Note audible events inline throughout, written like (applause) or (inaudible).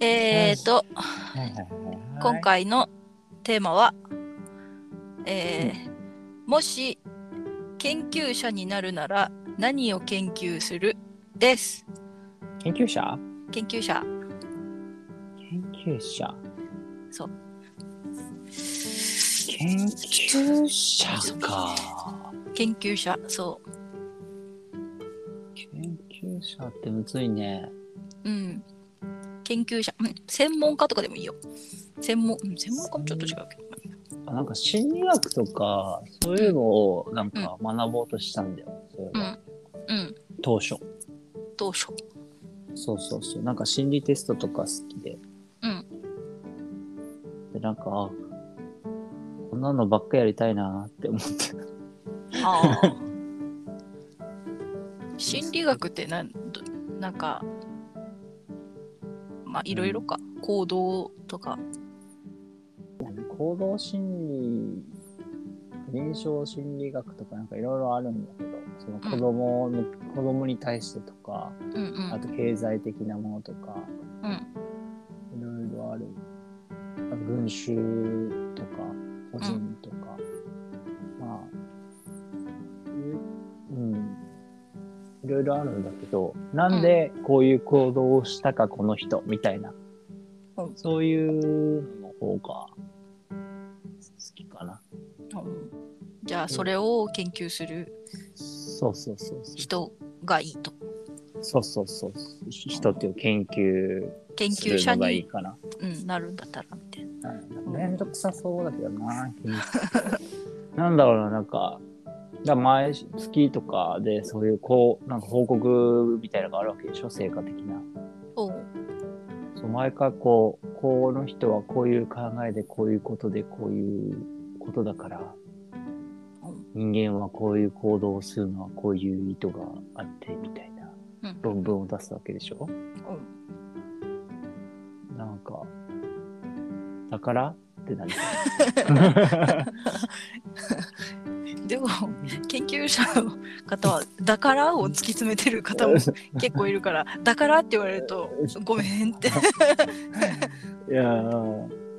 えーと、はいはいはい今回のテーマは、えーもし研究者になるなら何を研究するです。研究者研究者。研究者そう研究者か研究者。そ研究者ってむずいねう。うん。研究者。うん。専門家とかでもいいよ。専門、うん、専門家もちょっと違うけど。あなんか心理学とかそういうのをなんか学ぼうとしたんだよ、そういえばうん。当初どうしよそうそうそうなんか心理テストとか好きでうんでなんかあこんなのばっかやりたいなって思ってう。ああ。心理学ってなん、どなんか、まあ、いろいろか。行動とか。行動心理臨床心理学とかなんかいろいろあるんだけどその子供の、子供に対してとかうんうあん。と経済的なものとかうん。いろいろあるあ群衆とか個人とか、まあううんいろいろあるんだけどなんでこういう行動をしたかこの人みたいな、うんそういうのの方が好きかな。うんじゃあそれを研究するそうそうそうそ人がいいとう。そうそうそう。人っていう研究研す究る者のがいにいかな。うん、なるんだったらみたいなうんめんどくさそうだけどな。研究 (laughs) なんだろうな、なんか、だ毎月とかでそういうこう、なんか報告みたいなのがあるわけでしょ、成果的な。おうそう毎回こう、この人はこういう考えで、こういうことで、こういうことだから、人間はこういう行動をするのはこういう意図があってみたいな。うん論文を出すわけでしょ、なんかだからってなるでも研究者の方は「だから」を突き詰めてる方も結構いるから「だから」って言われると「ごめん」っていやー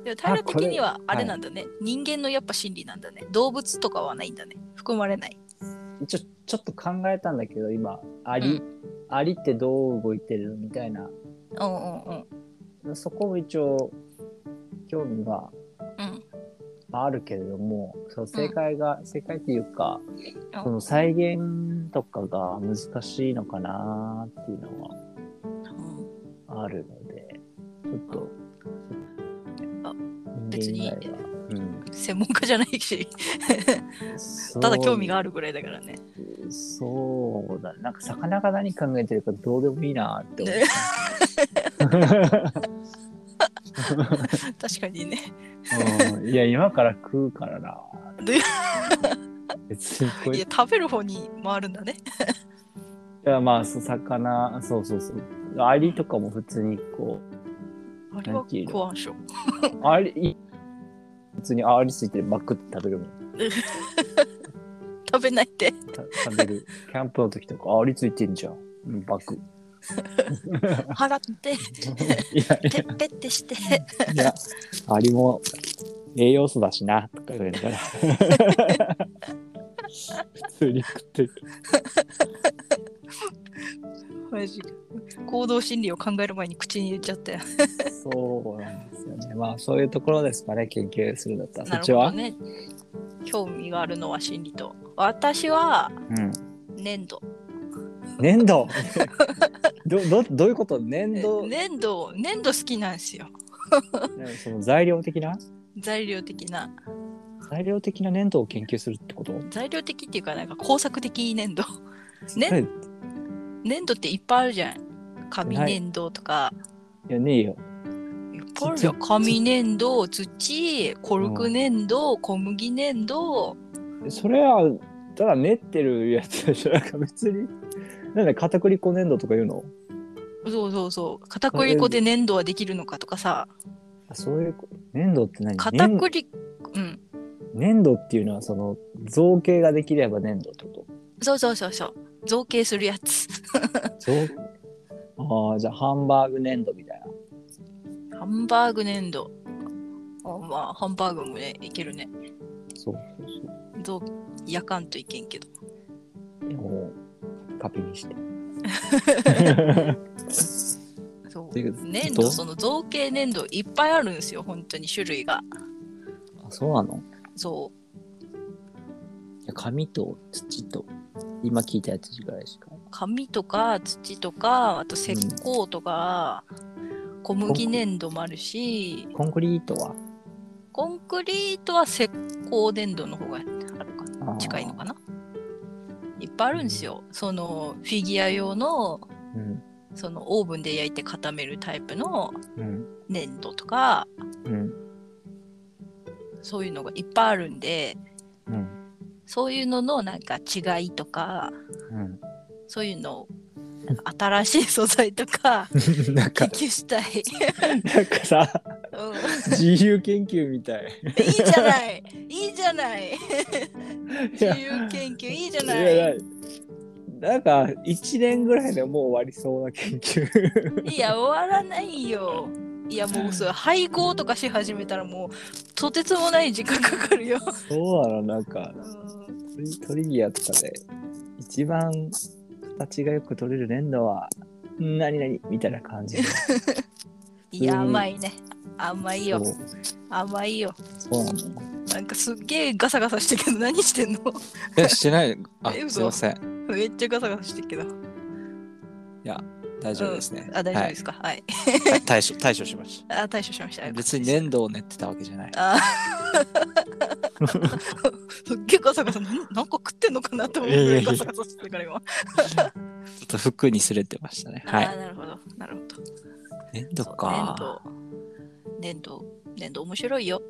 でも平的にはああこれれなんだね、人間のやっぱ心理なんだね動物とかはないんだね含まれないちょちょっと考えたんだけど今アリ、うアリってどう動いてるみたいなうんうんうんそこも一応興味がうんあるけれどもその正解が、正解っていうかうんその再現とかが難しいのかなーっていうのうんはあるのでちょっとあ人別に間以外はうん専門家じゃない (laughs) しそうただ興味があるぐらいだからねそうだなんか魚が何考えてるかどうでもいいなって思っねた、確かにねうん、いや今から食うからなで別にこいやい食べる方に回るんだねやまあそう魚そうそうそうアリとかも普通にこあれはなんていうのご安心うアリ普通にアリついてバクって食べるもん食べないでた食べ (laughs) るキャンプの時とかアリついてんじゃんうんバ (laughs) ク払っていやいてっぺってしてやいやアリも栄養素だしなとか言う (laughs) から普通に食ってるマジ行動心理を考える前に口に入れちゃってそうなんですよね。まあそういうところですかね、研究するんだったら。そなっるちほどは、ね興味があるのは心理と私はうん。粘土 (laughs) 粘土どどどういうこと粘土、粘土粘土好きなんですよねその材料的な材料的な材料的な粘土を研究するってこと材料的っていうかなんか工作的粘土 (laughs) ねね粘土っていっぱいあるじゃん紙はい粘土とか、いやねえよ。い、っぱいあるよ土紙粘土土コルク粘土、小麦粘土それはただ練ってるやつでしょ。なんか別に。なんで片栗粉粘土とか言うのそうそうそう片栗粉で粘土はできるのかとかさあそういうこと粘土って何片粘栗うん粘土っていうのはその造形ができれば粘土ってことそうそうそうそう造形するやつ造ああじゃあハンバーグ粘土みたいな。ハンバーグ粘土。あまあ、ハンバーグもね、いけるね。そうそうそどう、焼かんといけんけど。う。でもう、カピに (laughs) して。 (laughs) そう。ていうか粘ど土、うその造形粘土いっぱいあるんですよ、本当に種類が。あ、そうなのそいや紙と土と、今聞いたやつぐらいしか。う。紙とか土とか、あと石膏とか、小麦粘土もあるし、コンクリートはコンクリートは石膏粘土の方があるかあーな近いのかないっぱいあるんですよ。そのフィギュア用のうん。そのオーブンで焼いて固めるタイプのうん。粘土とかうん。そういうのがいっぱいあるんでうん。そういうののなんか違いとかうん。そういうのをなんか新しい素材とか (laughs) (laughs) なんか研、究したい、なんかさ、うん、自由研究みたい。いいじゃないいいじゃないい自や由研究いいじゃいないやなんか1年ぐらいでもう終わりそうな (laughs) 研究いや、終わらないよ。いや、もうそれ配合とかし始めたらもう、とてつもない時間かかるよ。そうなのなんかうんトリトリビアとかで一番形がよく取れる粘土は何々みたいな感じいや、うん甘いね。甘いよそう。甘いよ。そうなのなんかすっげえガサガサしてるけど、何してんのえ、してない。あ、え嘘すいません。めっちゃガサガサしてるけど。大丈夫ですね。。あ、大丈夫ですすかはい。はい (laughs) 対処、対処しまし。あ、対処しましたた。別に粘土を練ってたわけじゃない。あーすっげえガサガサなんなんか食ってんのかなと思ういぐやらいやいいガやサガサしてるから今。ちょっと服にすれてましたね。はあーい。なるほど、なるほど。粘土か。そう粘土粘土粘土面白いよ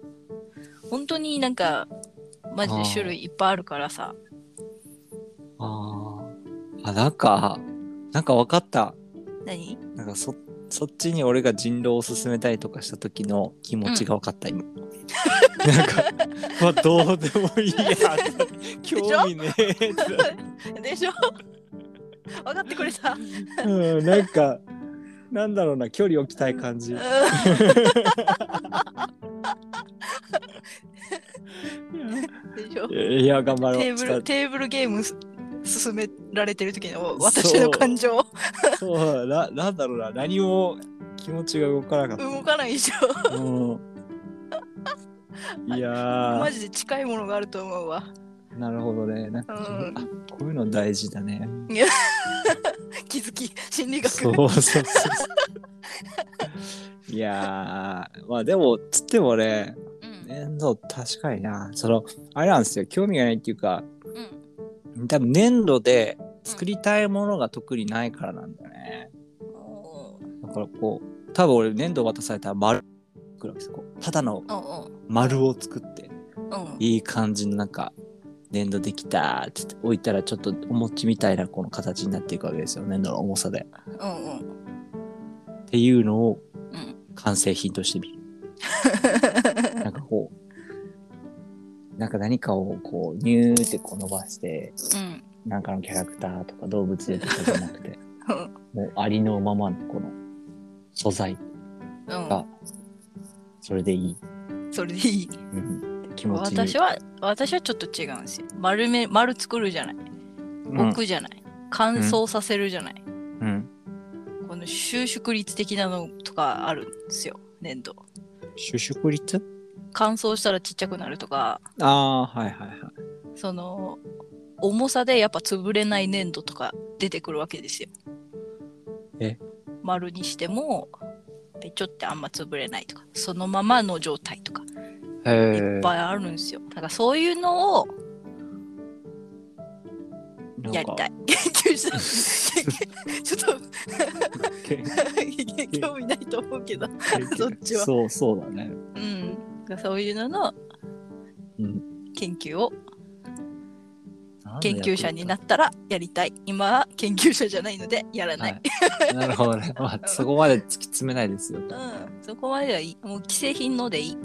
本当になんかマジで種類いっぱいあるからさあーあ。なんか、なんかわかった。 (laughs) 何なんかそ、そっちに俺が人狼を進めたりとかした時の気持ちがわかった、今。 (laughs) なんか、まあ、どうでもいい (laughs) や。興味ねえって。でしょ分かってくれたうんうんなんかなんだろうな距離置きたい感じでしょいやいや頑張ろうテーブちょルっとテーブルゲームす進められてる時の私の感情 (laughs) そうななんだろうな何も気持ちが動かなかっ動かない以上た、 (laughs) うん、いやマージで近いものがあると思うわなるほどねなんか、うんあこういうの大事だね気づき心理学そうそうそうそう。いやー、まあでも、つってもね、うん粘土確かにな。その、あれなんですよ、興味がないっていうか、うん多分粘土で作りたいものが特にないからなんだよね。おーだからこう、多分俺粘土渡されたら丸、くるわけですよこうただのおー丸を作って、うんいい感じのなんか、粘土できたってって置いたらちょっとお餅みたいなこの形になっていくわけですよ、粘土の重さで。うんうんっていうのをうん完成品として見る。 (laughs) なんかこう、なんか何かをこう、ニューってこう伸ばして、うんなんかのキャラクターとか動物でとかじゃなく (laughs) て、うんもうありのままのこの素材、うがそれでいい、ん、それでいい。うん、って気持ちいい。私は、私はちょっと違うんですよ。丸め、丸作るじゃない。うん置くじゃない。乾燥させるじゃない。うん。この収縮率的なのとかあるんですよ。粘土。収縮率乾燥したらちっちゃくなるとか、ああ、はいはいはい。その、重さでやっぱ潰れない粘土とか出てくるわけですよ。え丸にしても、ぺちょってあんま潰れないとか、そのままの状態とか。いっぱいあるんですよ。だからそういうのをやりたい。い。研究 (laughs) した。ちょっと興味ないと思うけど、 (laughs) そっちはそうそうだね。うん、そういうののうん研究を研究者になったらやりたい。今は研究者じゃないのでやらない。い。なるほどね。まあ、そこまで突き詰めないですよ。うん、そこまではいい。もう既製品のでいい。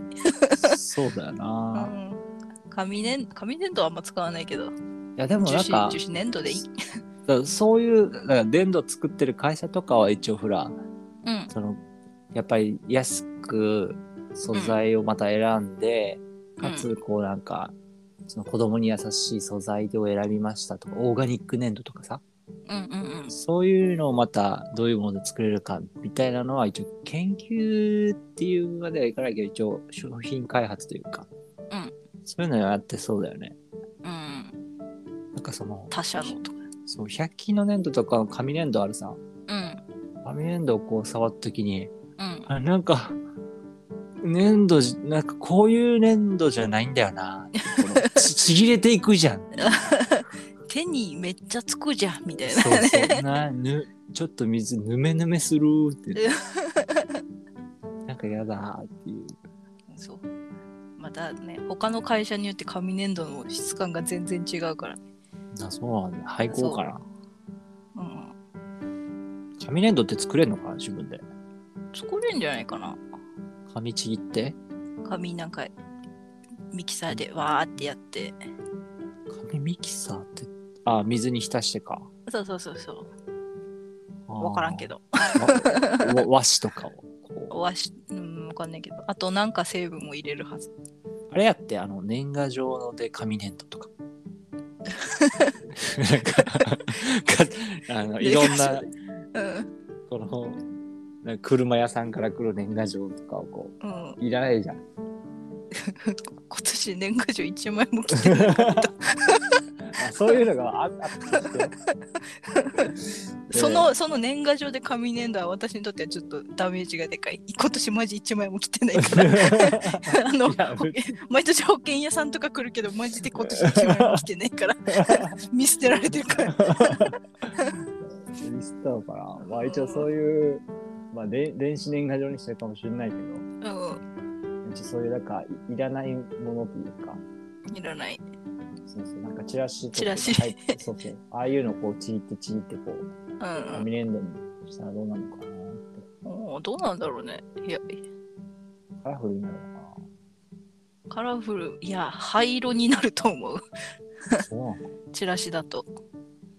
そうだような。ん、紙粘紙粘土はあんま使わないけど、いやでも樹なん脂か樹、脂粘土でいい。だからそういう、だから粘土作ってる会社とかは一応ほら、うんそのやっぱり安く素材をまた選んで、うんかつこうなんかその子供に優しい素材を選びましたとかオーガニック粘土とかさうんうんうんそういうのをまたどういうもので作れるかみたいなのは一応研究っていうまではいかないけど一応商品開発というか、うんそういうのやってそうだよねうんなんかその他社のとかそう100均の粘土とか紙粘土あるさうん紙粘土をこう触った時にうんあなんか粘土じなんかこういう粘土じゃないんだよなこのち (laughs) ちぎれていくじゃん手にめっちゃつくじゃんみたいなそうそうなぬちょっと水ぬめぬめするって (laughs) なんかやだっていうそうまたね他の会社によって紙粘土の質感が全然違うからねあそうなんだ廃校かなうん紙粘土って作れるのかな自分で作れんじゃないかな紙ちぎって紙なんかミキサーでわーってやって紙ミキサーってあ水に浸してかそうそうそうそうわ分からんけどど和紙とかをこわしうん分かんないけどあとなんか成分も入れるはずうあれやってあの年賀状ので紙粘土と (laughs) かなんかかあのいろんなうんこのなんか車屋さんから来る年賀状とかをこうんういらない (laughs) じゃん今年年賀状1枚も来てないあそういうのがあったとして (laughs) そのその年賀状で紙粘土は私にとってはちょっとダメージがでかい今年マジ1枚も来て (laughs) ないから (laughs) あのいや保険毎年保険屋さんとか来るけどマジで今年1枚も来てないから見捨てられてるからミスったのかな。まあ一応そういう、まあで電子年賀状にしてるかもしれないけど、うん一応そういうなんかいいらないものというか、いらないそうそう、なんかチラシとかチラシ入ってそうそう、ああいうのをこうちぎってちぎってこう、うんうん紙粘土にしたらどうなのかなって。おーどうなんだろうねいやカラフルになるのかカラフルいや灰色になると思うな。そうなのかチラシだと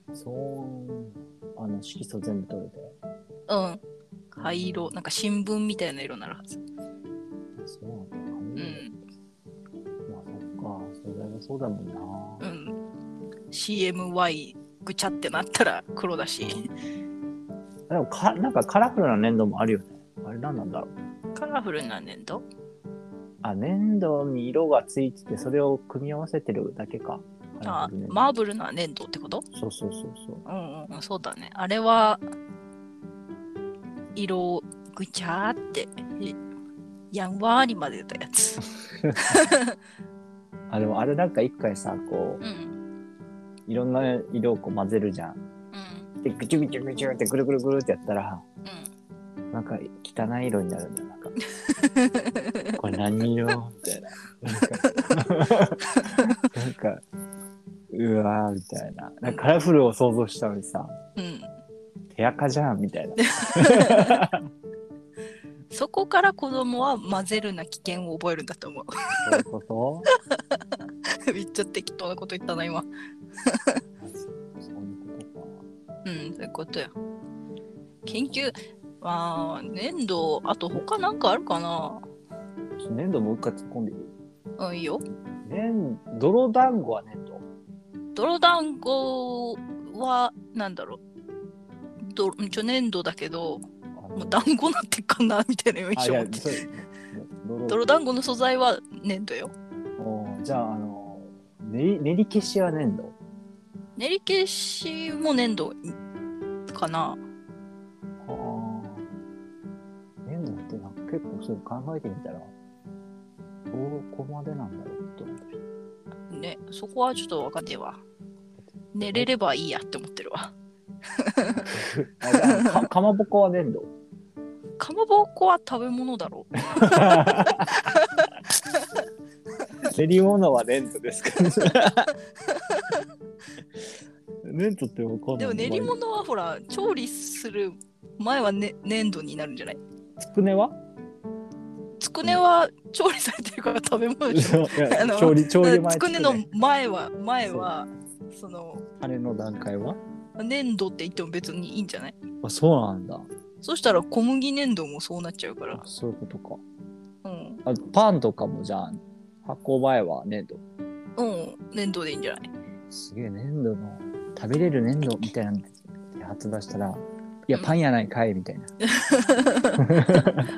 なそう、あの色素全部取れて。うん灰色なんか新聞みたいな色になるはずそうなんだ。紙う粘ん土まあそっか、それもそうだもんな。うん CMY ぐちゃってなったら黒だしでもか、なんかカラフルな粘土もあるよね。あれ何なんだろう。カラフルな粘土あ、粘土に色がついてて、それを組み合わせてるだけか。あなるほどねマーブルな粘土ってことそうそうそうそう。うんうんうんそうだねあれは色をぐちゃーってえやんわーに混ぜたやつあ、でもあれなんか一回さ、こうんう、いろんな色をこう混ぜるじゃん。うんで、ぐちゅぐちゅぐちゅってぐるぐるぐるってやったら、なんか汚い色になるんだ (laughs) よ。なんか、うこれ何色みたいな。なんか、なんかうわーみたいな。なんかカラフルを想像したのにさ、ん、うん、手垢じゃん (laughs) みたいな。そこから子供は混ぜるな危険を覚えるんだと思そういうことう (laughs) めっちゃ適当なこと言ったな今そういうことか。うん、そういうことや。研究、まあ、粘土、あと他なんかあるかなちょっと粘土もう一回突っ込んでいいうん、いいよ。粘泥団子は粘土泥団子は、なんだろう。どちょ粘土だけど、もう団子なってっかなみたいなイメーあジをい持やってそう泥泥団子の素材は粘土よ。おーじゃああの練り練り消しは粘土練り消しも粘土かな粘土ってなんか結構そういうの考えてみたらどこまでなんだろうと思ってね、そこはちょっと分かってえわ。寝れればいいやって思ってるわ。あじゃあか (laughs) かまぼこは粘土かまぼこは食べ物だろ練り物は粘土です (laughs) か粘土ってわかんないでも練り物はほら調理する前は、ね、粘土になるんじゃないつくねはつくねは調理されてるから食べ物でしょいや (laughs) あの調理調理前つくねの前は前はそのあれの段階は粘土って言っても別にいいんじゃないあそうなんだそしたら小麦粘土もそうなっちゃうから。 (laughs) そういうことか。うん。あパンとかもじゃあ、発酵前は粘土。うん。粘土でいいんじゃないすげえ、粘土の、食べれる粘土みたいなの発出したら、いや、パンやないかい、みたいな。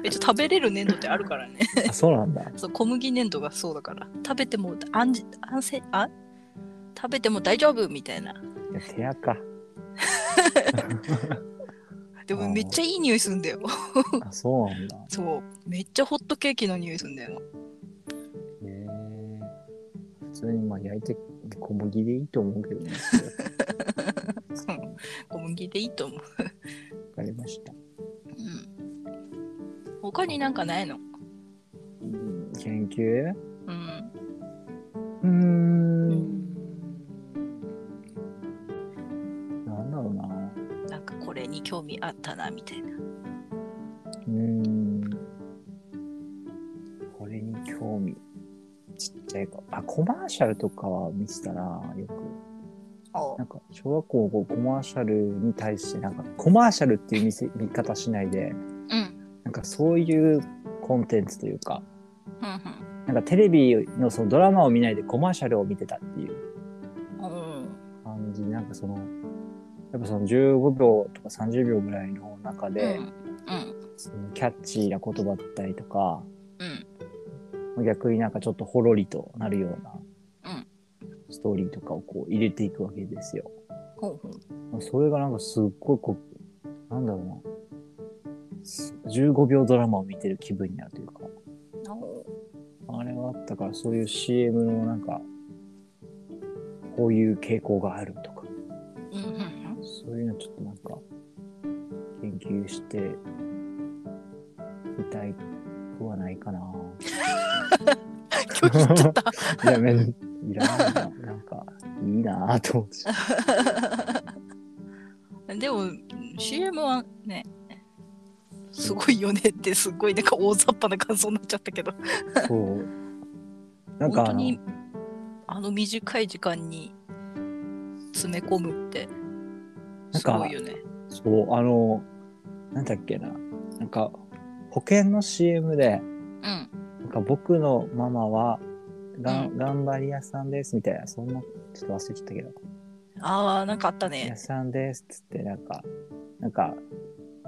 え、ちょ食べれる粘土ってあるからね。 (laughs) あ、そうなんだ。そう、小麦粘土がそうだから。食べても安心、安心、あ食べても大丈夫みたいな。いや、手やか。でもめっちゃいい匂いするんだよ。あ、そうなんだ。そう。めっちゃホットケーキの匂いするんだよな。へえ。普通にまあ焼いて小麦でいいと思うけどね。小麦でいいと思う。わかりました。うん。他になんかないのうん研究うん。うーん。なんだろうな。なんかこれに興味あったな、みたいな。うーん。これに興味。ちっちゃいか。あ、コマーシャルとかは見てたな、よく。おなんか、小学校コマーシャルに対して、なんか、コマーシャルっていう見せ見方しないで、うん。なんかそういうコンテンツというか、うんなんかテレビのそのドラマを見ないでコマーシャルを見てたっていううん。うん。感じなんかそのやっぱその15秒とか30秒ぐらいの中で、うん。うん。そのキャッチーな言葉だったりとかうん。逆になんかちょっとほろりとなるよううなんストーリーとかをこう入れていくわけですよ。ほうほう。それがなんかすっごいこうなんだろうなす15秒ドラマを見てる気分になるというか。おあれはあったから、そういう CM のなんか、こういう傾向があるとか、うんうんうん。そういうのちょっとなんか、研究して、みたいくはない (laughs) かな。拒否しちゃった。いや、めん、いらないな。なんか、いいなぁと思って。でも CM はねすごいよねってすごいなんか大雑把な感想になっちゃったけどそう。なん本か当あの、にあの短い時間に詰め込むってなんすかごいよねそう、あの、なんだっけな。なんか、保険の CM で、うんなんか僕のママはが、、うん頑張り屋さんですみたいな、そんな、ちょっと忘れちゃったけど、ああなんかあった屋ねさんですっつって、なんか、なんか、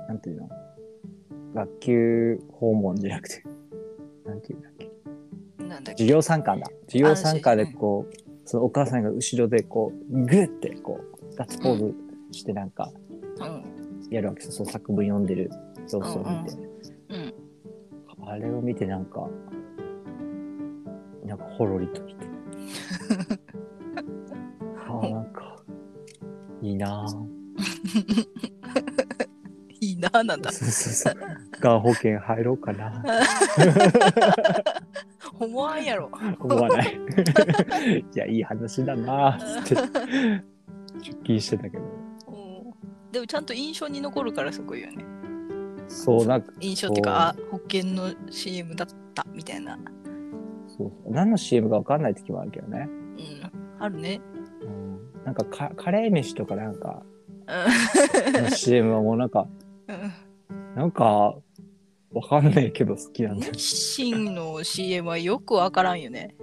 なんていうの学級訪問じゃなくて、 (laughs) なんていうんだっけなんだっけ授業参観だ。授業参観でこう、そのお母さんが後ろでこう、グッてこう、ガッツポーズしてなんか、うんやるわけですよ。その作文読んでる様子を見うて。んうんあれを見てなんか、なんかほろりと (laughs) きて。ああ、なんか、いいなぁ。いいなあなんだそうそうそう。がん保険入ろうかな。思わんやろ思 (laughs) わない。いや、いい話だなぁ。つって、出勤してたけど。うんでもちゃんと印象に残るからすごいよねそう、なんか、印象っていうかあ保険の CM だったみたいなそうそう。何の CM かわかんない時もあるけどね。うんあるねうん、なんかか、カレー飯とかなんか、うの CM はもうなんか、んうんなんか、わかんないけど好きなんだよ。日清の CM はよくわからんよね。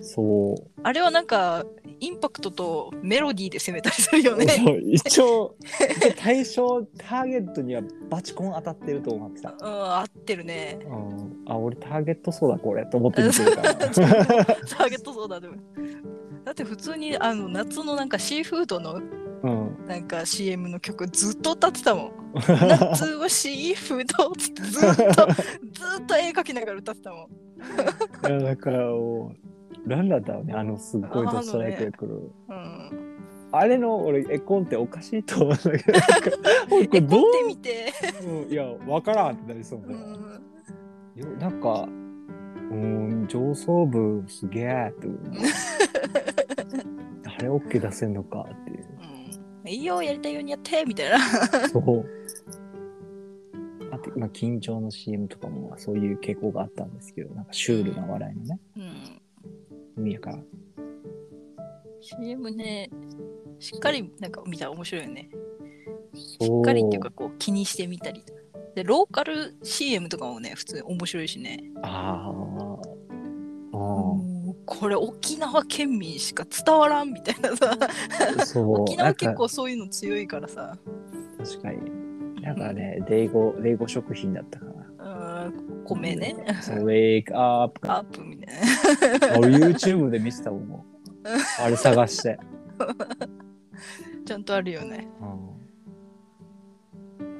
そう。あれはなんかインパクトとメロディーで攻めたりするよね。そう一応、一応対象、ターゲットにはバチコン当たってると思ってた。うん、合ってるね。うん、あ、俺ターゲットそうだ、これ、と思って見てる (laughs) から。ターゲットそうだでも。だって普通にあの夏のなんかシーフードのうん。なんか CM の曲ずっと歌ってたもん。夏はシーフードっつって (laughs) ずっとずっと絵描きながら歌ってたもん。いや、だからもう、なんだったろうね、あの、すっごいドストライクで来る。うん。あれの俺絵コンテおかしいと思うんだ (laughs) けどなんか俺これ絵どうコンテ見て。うんいやわからんってなりそううねん。よなんかうん上層部すげえって思うあれ OK 出せんのかっていううん。いいよやりたいようにやってみたいな。そう。あと、まあ、緊張の CM とかもそういう傾向があったんですけど、なんかシュールな笑いのね、うん。意味やから。 CM ねしっかりなんか見たら面白いよねししっかりっていうかこう気にしてみたりとかでローカル CM とかもね普通に面白いしねあもうこれ沖縄県民しか伝わらんみたいなさあ。そう。沖縄な結んか構そういうの強いからさ確かに。なんかね、冷語、冷語食品だったかうな。ん米ねそう、ウェイクアップ。アップみたいな (laughs) 俺 YouTube で見てたもんもう。あれ探して。ちゃんとあるよ (laughs) ねあ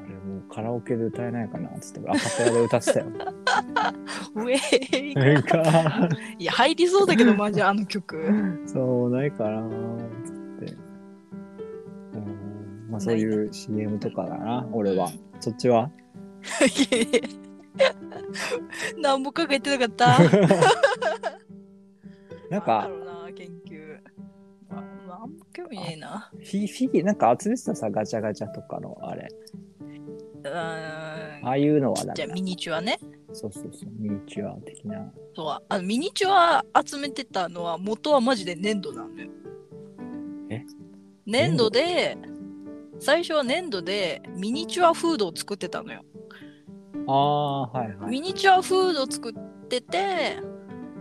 れもうカラオケで歌えないかなっつって、アカペラで歌ってたよ。ウェイ (laughs) なんか、 (laughs) いや入りそうだけどマジあの曲そう、ないかなーっつって。うんまあそういう CM とかだな、俺は。そっちはいやいや (laughs) 何もかけてなかったなんだか、ろ (laughs) うな研究あまああんま興味ねえなフィフィギュなんか集めてたさ、ガチャガチャとかのあれ。うーんああいうのはちなっんちかゃいミニチュアねそうそうそう、ミニチュア的な。そうあのミニチュア集めてたのは元はマジで粘土なんだよ。え粘土で最初は粘土でミニチュアフードを作ってたのよ。ああ、はいはい。ミニチュアフードを作ってて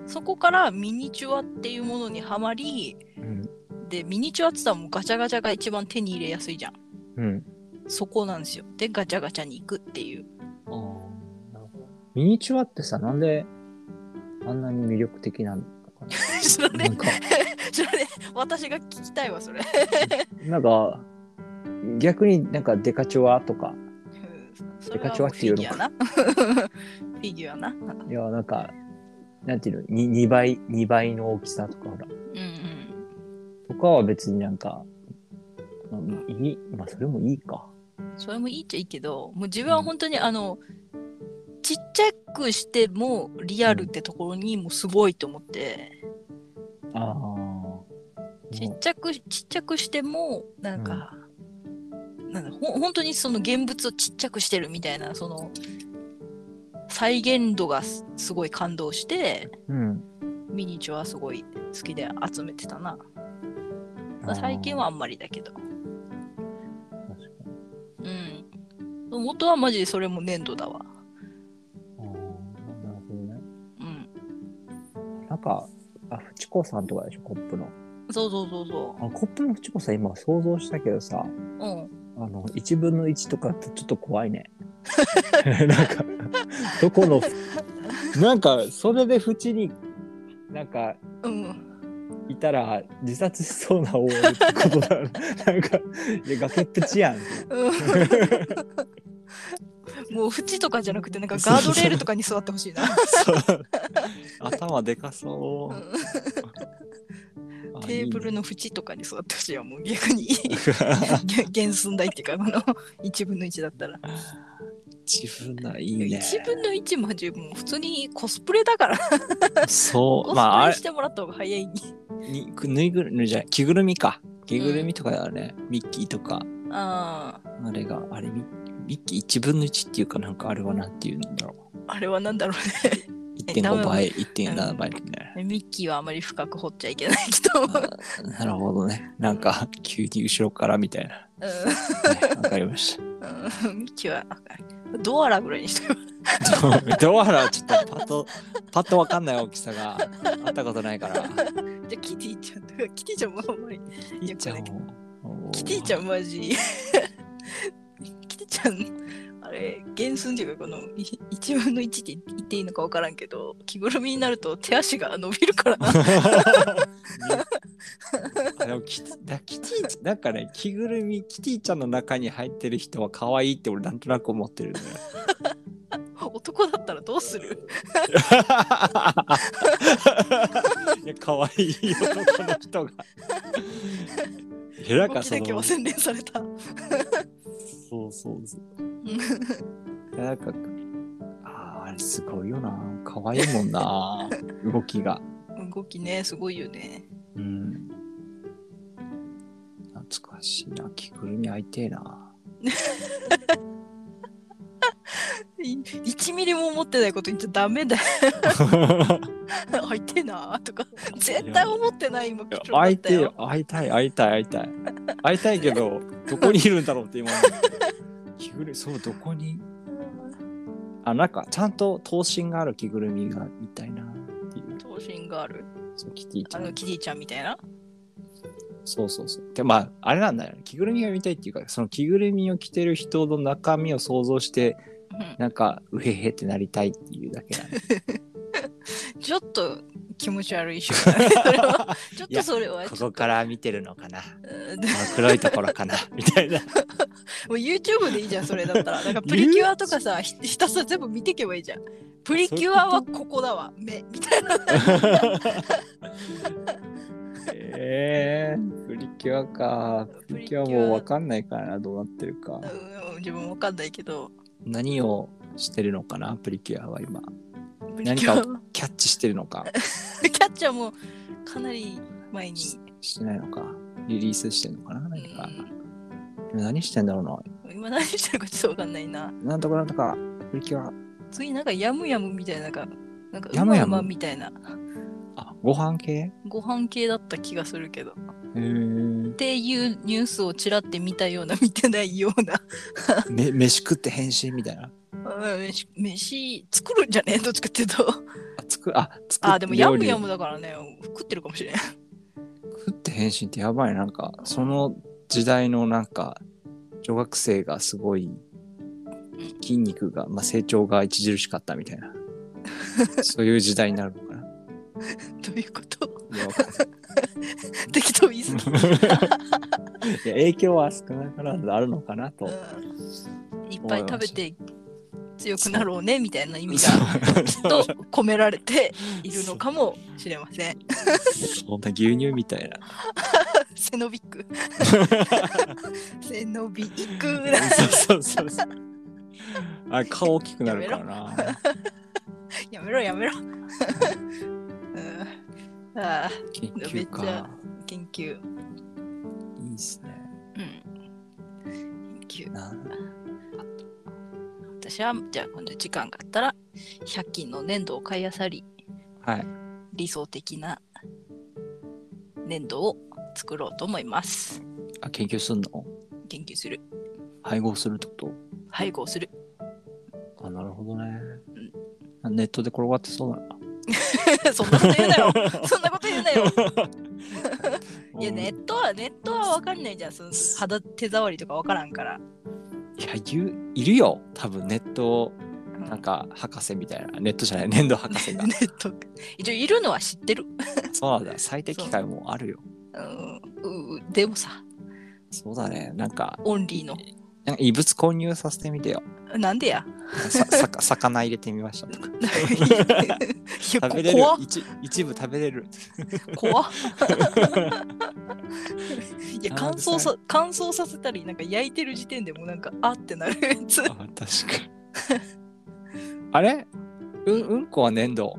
そこからミニチュアっていうものにはまりうん。でミニチュアって言ったらもうガチャガチャが一番手に入れやすいじゃん。うん、そこなんですよ。でガチャガチャに行くっていう。あーなるほどミニチュアってさ、なんであんなに魅力的なのか知ら (laughs) な。ねなんか、知らね私が聞きたいわそれ。なんか、逆になんかデカチュアとか、うんそデれカはチュもアうっフていィうギュのアかな。 (laughs) フィギュアな。いや、なんか、なんていうの、に2倍、2倍の大きさとか、ほら、うんうん。とかは別になんか、まあ、いい、まあ、それもいいか。それもいいっちゃいいけど、もう自分は本当にあの、ちっちゃくしてもリアルってところにもうすごいと思って、ああ。ちっちゃく、ちっちゃくしても、なんか、なんだほ本当にその現物をちっちゃくしてるみたいな、その、再現度がすすごい感動して、うん。ミニチュアはすごい好きで集めてたな。まあ最近はあんまりだけど。あー。確かにうん。元はマジでそれも粘土だわ。あーなるほどね。うん。なんか、あ、フチコさんとかでしょ、コップの。そうそうそうそあコップのフチコさん、今想像したけどさ、う。うん。あの、1分の1とかってちょっと怖いね。 (laughs) なんか、どこの、なんか、それで縁に、なんか、 (laughs) うん、いたら自殺しそうな OL ってことだよねなんか、いや、崖っぷちやん。もう縁とかじゃなくてなんかガードレールとかに座ってほしいな。 (laughs) そう頭でかそうう。あテーブル。いの縁とかに座ってほしいわもう逆 (laughs) にいねげ原寸大っていうかこの1分の1だったら、自分のいいね。 1分の1マジもう普通にコスプレだからそコう。スまあ、プあれレし、てもらった方が早いに、にくぬいぐるみじゃない着ぐるみか。着ぐるみとかだね。ミッキーとか。あああれが、あれミ、ミッキー1分の1っていうかなんかあれはなんていうんだろあれはなんだろう。ダメ1.5だ倍、1.7倍ね。うねミッキーはあまり深く掘っちゃいけないけど、うんなるほどね。なんか、急に後ろからみたいな。ねわ、かりました。 (laughs) うんミッキーはドアラぐらいにしてドアラはちょっとパッと、パッとわかんない大きさがあったことないから。じゃあキティちゃんとかキティちゃんもあんまりキティちゃんをキティちゃんマジ (laughs) キティちゃんあれ原寸っていうかこのい1分の1って言っていいのか分からんけど着ぐるみになると手足が伸びるからな (laughs) あでもキティだキティちゃんなんかね着ぐるみキティちゃんの中に入ってる人は可愛いって俺なんとなく思ってるんだよ男だったらどうするいや可愛い男の (laughs) 人がいやなん動かきそだけのは洗練されたそうそうそういやなんかあーあれすごいよな可愛いもん (laughs) な動きが動きねすごいよねうん懐かしいな着ぐるみ会いてえない1ミリも思ってないこと言っちゃダメだよ会いてえなとか絶対思ってない今貴重だ会っいたてえよよ会いたい会いたい会いたい (laughs) 会いたいけどどこにいるんだろうって今思う着ぐるみそうどこにあなんかちゃんと頭身がある着ぐるみがみたいなっていう頭身がある。そうキティちあゃんのキティちゃんみたいな。そうそうそうでまああれなんだよね着ぐるみが見たいっていうかその着ぐるみを着てる人の中身を想像してうんなんかうへへってなりたいっていうだけなんでちょっと気持ち悪い瞬間 (laughs) それ (laughs) はちょっといやそれはこちょこっとから見てるのか (laughs) なうんこの黒いところ (laughs) かなみたいなもう YouTube でいいじゃんそれだったらなんかプリキュアとかさひひたすら全部見てけばいいじゃんプリキュアはここだわ目みたいなえー、プリキュアかプリキュアもうわかんないからなどうなってるかうん自分わかんないけど何をしてるのかなプリキュアは今プリキュア何はキャッチしてるのか (laughs) キャッチャーもかなり前にししてないのかリリースしてるのかな何かうでも何してんだろうなん今何してるかちょっとわかんないななんとかなんとかプリキュア次なんかヤムヤムみたいななんかなんかヤムヤムうまうまみたいなあご飯系ご飯系だった気がするけどっえ (laughs) ていうニュースをちらって見たような見てないようなめ飯食って変身みたいなうん飯飯作るんじゃねえどっちかっていうとあつくあつくあでもヤムヤ料ムだからね食ってるかもしれん (laughs) 理食って変身ってやばいなんかその時代のなんか女学生がすごい筋肉が、まあ、成長が著しかったみたい (laughs) なそういう時代になるのかなどういうこと (laughs) いやわかんない適当言い過ぎいや影響は少なからずあるのかなとうんいっぱい食べて強くなろうねみたいな意味がそとう込められ (laughs) ているのかもしれませんそんな牛乳みたいなセノビッ (laughs) クセノビックそうそうそうそう。あ顔大きくなるから (laughs) な。やめろやめろ、うん、ああ研めろめっち究ゃか。研究いいっすね。うん研究な私はじゃあ今度時間があったら100均の粘土を買いあさりはい。理想的な粘土を作ろうと思いますあ研究すんの研究する配合するってこ配合する (laughs) とあなるほどね。ネットで転がってそうだな。そんなこと言う (laughs) なよそんなこと言うなよいやネットはネットは分かんないじゃんその肌手触りとか分からんから、うん。いや言ういるよ多分ネットうなんか博士みたいなネットじゃない粘土博士がネ。ット一応いるのは知ってる、 (laughs) そうなんだ最適解もあるよ。うんううでもさそうだねなんかオンリーのなんか異物混入させてみてよ。なんで (laughs) やささ魚入れてみましたとか。いや食こべれる怖っ一一部食べれる。怖 (laughs) っいやあー乾燥さ乾燥させたりなんか焼いてる時点でもうなんかあってなるやつあ確かに (laughs) あれうんうんこは粘土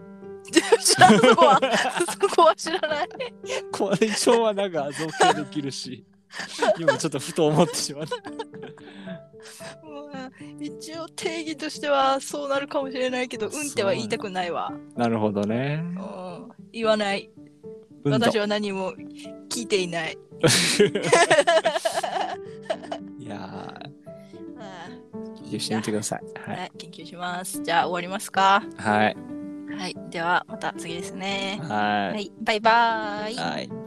知らんそこはそこは知らないこれ一応はなんか造形できるし今ちょっとふと思ってしまったもう一応定義としてはそうなるかもしれないけどうんっては言いたくないわ、なるほどねうん、言わないうんと私は何も聞いていないいやあー研究してみてくださいーははいい、研究しますじゃあ終わりますかはいはいではまた次ですねははいいバイバーイはい